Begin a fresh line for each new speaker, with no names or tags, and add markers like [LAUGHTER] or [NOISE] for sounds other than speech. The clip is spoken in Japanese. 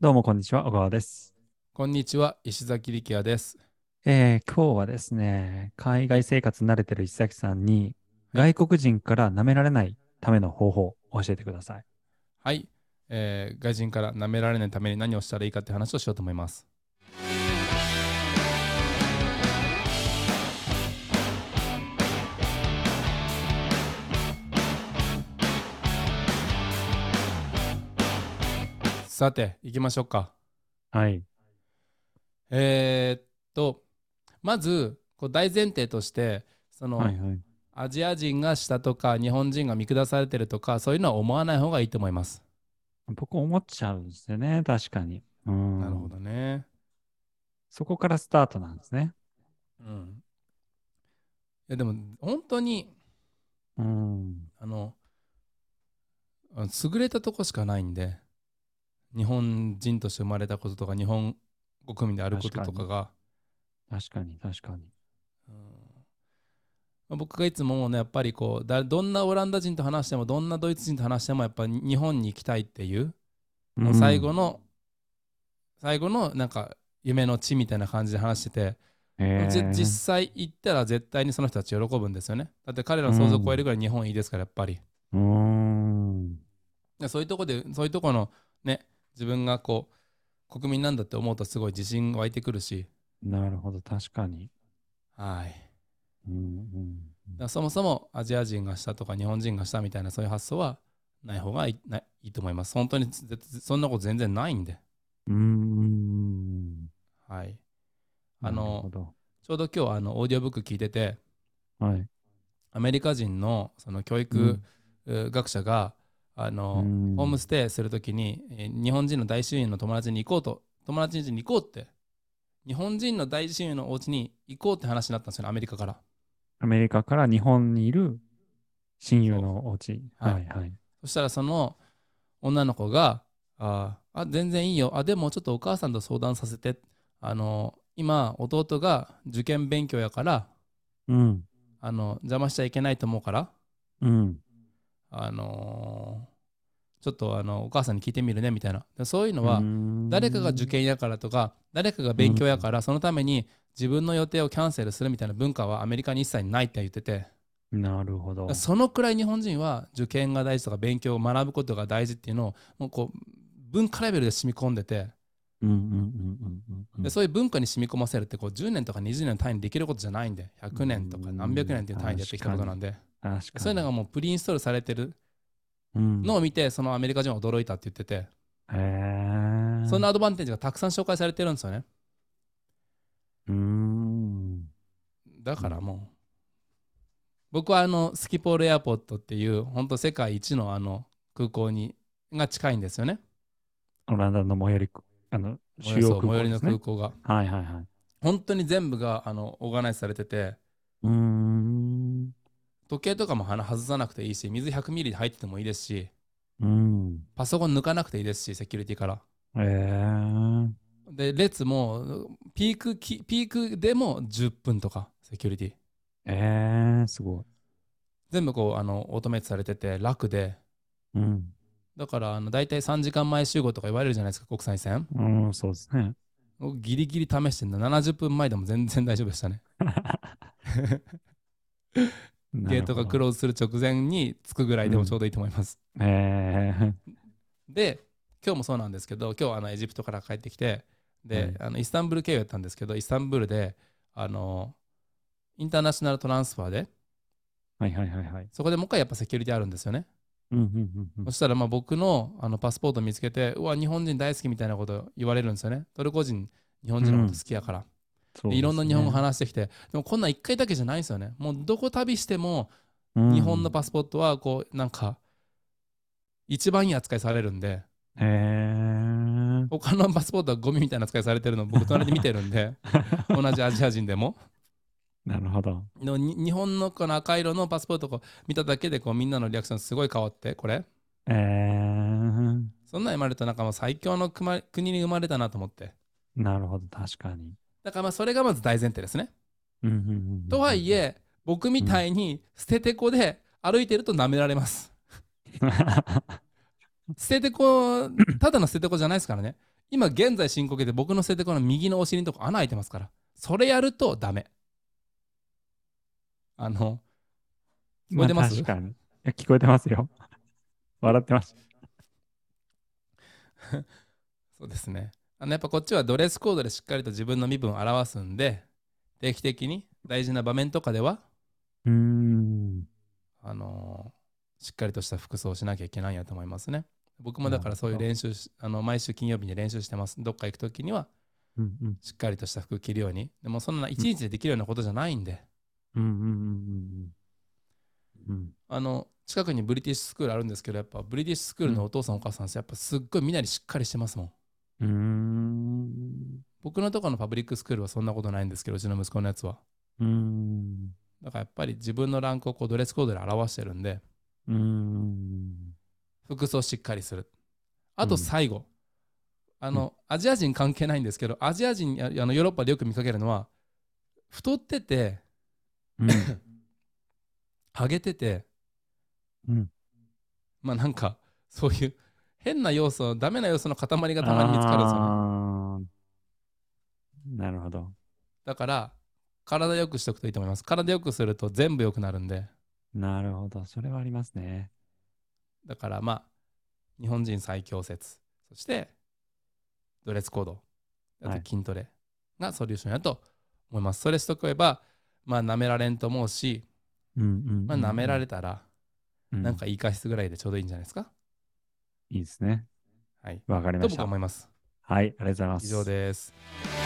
どうも、こんにちは。小川です。
こんにちは、石崎力也です。
えー今日はですね、海外生活慣れてる石崎さんに、
は
外国人から舐められないための方法を教えてください。
はい、えー外人から舐められないために何をしたらいいかって話をしようと思います。さて、行きましょうか。
はい。
えーっと、まず、こう大前提として、その、
はいはい。
アジア人が下とか、日本人が見下されてるとか、そういうのは思わない方がいいと思います。
僕思っちゃうんですよね、確かに。うん。
なるほどね。
そこからスタートなんですね。
うん。いやでも本当に
うん。
あのあの優れたとこしかないんで日本人として生まれたこととか日本国民であることとかが
確かに、確かに。
うんまあ僕がいつも思うのはやっぱりこうだどんなオランダ人と話してもどんなドイツ人と話してもやっぱり日本に行きたいっていう、もう最後
の。
の最後のなんか夢の地みたいな感じで話してて
え
じ
ー、
実際行ったら絶対にその人たち喜ぶんですよね。だって彼らの想像を超えるぐらい日本いいですから、やっぱり。
うん。
でそういうとこで、そういうとこのね、自分がこう、国民なんだって思うとすごい自信湧いてくるし、
なるほど、確かに。
はい。だか
うんうん。
らそもそもアジア人がしたとか日本人がしたみたいなそういう発想はない方がいいないいいと思います。本当にぜそんなこと全然ないんで。
うん。
はい。あ
なるほ
の、
ど。
ちょうど今日あのオーディオブック聞いてて、
はい。
アメリカ人のその教育、う学者があの、
うん
ホームステイするときに、えー日本人の大親友の友達に行こうと友達の家に行こうって日本人の大親友のお家に行こうって話になったんですよねアメリカから
アメリカから日本にいる親友のお家。
そう
はいはい。
そしたらその女の子が「あーあ全然いいよあでもちょっとお母さんと相談させて」あの今弟が受験勉強やから
うん。
あの邪魔しちゃいけないと思うから
うん。
あのーちょっとあのお母さんに聞いてみるねみたいなでそういうのは、誰かが受験やからとか誰かが勉強やからそのために自分の予定をキャンセルするみたいな文化はアメリカに一切ないって言ってて
なるほど。
そのくらい日本人は受験が大事とか勉強を学ぶことが大事っていうのをもうこう文化レベルで染み込んでて
うんうんうんうんうん。
でそういう文化に染み込ませるってこう10年とか20年の単位にできることじゃないんで100年とか何百年っていう単位でやってきたことなんで
確かに。
そういうのがもうプリインストールされてる
うん
のを見てそのアメリカ人は驚いたって言ってて
へー
そのアドバンテージがたくさん紹介されてるんですよね
うーん。
だからもう、僕はあのスキポールエアポートっていう本当世界一のあの空港にが近いんですよね
オランダの最寄り、あの、主
そ
要空
う最
港
寄り
で
の
す
空
ね。
港が
はいはいはい。
本当に全部があのオーガナイズされてて
うーん。
時計とかもあの外さなくていいし水100ミリ入っててもいいですし
うん。
パソコン抜かなくていいですしセキュリティから
へー
で列もピークきピークでも10分とかセキュリティ
えー、すごい。
全部こうあのオートメイトされてて楽で
うん。
だからあの大体3時間前集合とか言われるじゃないですか国際線
うん、そうですね。
僕ギリギリ試してんだ70分前でも全然大丈夫でしたねゲートがク
ロ
ローズする直前に着くぐらいでもちょうどいいと思います、
えー。
で今日もそうなんですけど今日あのエジプトから帰ってきてで、あのイスタンブール経由やったんですけどイスタンブールであのインターナショナルトランスファーで
はいはいはいはい。
そこでもう一回やっぱセキュリティあるんですよね、
うんうんうんうん
そ。したらまあ僕のあのパスポート見つけてうわ日本人大好きみたいなこと言われるんですよねトルコ人日本人のこと好きやから、
そう
で
ですね
いろんな日本語話してきてでもこんなん一回だけじゃないんですよねもうどこ旅しても日本の
パ
パスポートはこうなんか一番いい扱いされるんで
へー [LAUGHS]
他のパスポートはゴミみたいな扱いされてるのを僕隣で見てるんで同じアジア人でも
なるほど。
でもに日本のこの赤色のパスポートをこう見ただけでこうみんなのリアクションすごい変わってこれ
えー
そんなん生まれたなんかもう最強のくま国に生まれたなと思って
なるほど、確かに。
だからまあそれがまず大前提ですね
うんうんうんうん
とは
[LAUGHS]
い、え僕みたいに捨ててこで歩いてると舐められます捨ててこただの捨ててこじゃないですからね今現在進行形で僕の性的この右のお尻のとこ穴開いてますからそれやるとダメあの聞こえてます
確かに。いや聞こえてますよ。笑ってます。
そうですねあのやっぱこっちはドレスコードでしっかりと自分の身分を表すんで定期的に大事な場面とかでは
うーん。
あのーしっかりとした服装をしなきゃいけないんやと思いますね。僕もだからそういう練習しあの毎週金曜日に練習してます。どっか行くときには
うんうん。
しっかりとした服着るように。でもそんな一日でできるようなことじゃないんで、
うんうんうんうんうん。うん。
あの近くにブリティッシュスクールあるんですけど、やっぱブリティッシュスクールのお父さんお母さんですやっぱすっごいみんなにしっかりしてますもん。
うーん。
僕のとこのパブリックスクールはそんなことないんですけど、うちの息子のやつは。
うーん。
だからやっぱり自分のランクをこうドレスコードで表してるんで、
うーん。
服装しっかりする。あと
うん
最後、あの、アジア人関係ないんですけど、アジア人、ああのヨーロッパでよく見かけるのは、太ってて、
うん
ハゲてて、
うん
まあなんか、そういう変な要素、ダメな要素の塊がたまに見つかるんですよね。
あーなるほど。
だから、体良くしておくといいと思います。体良くすると全部良くなるんで、
なるほど。それはありますね。
だからまあ、日本人最強説、そして、ドレスコード、あ
は
と
い
筋トレがソリューションやと思います。それしとけば、まあ、舐められんと思うし、
うんうんうん。
まあ、舐められたら、
う
なんか言い返すぐらいでちょうどいいんじゃないですか。
いいですね。
はい。
わかり
と
まし
僕は
た。はい、
思います。
ありがとうございます。
以上です。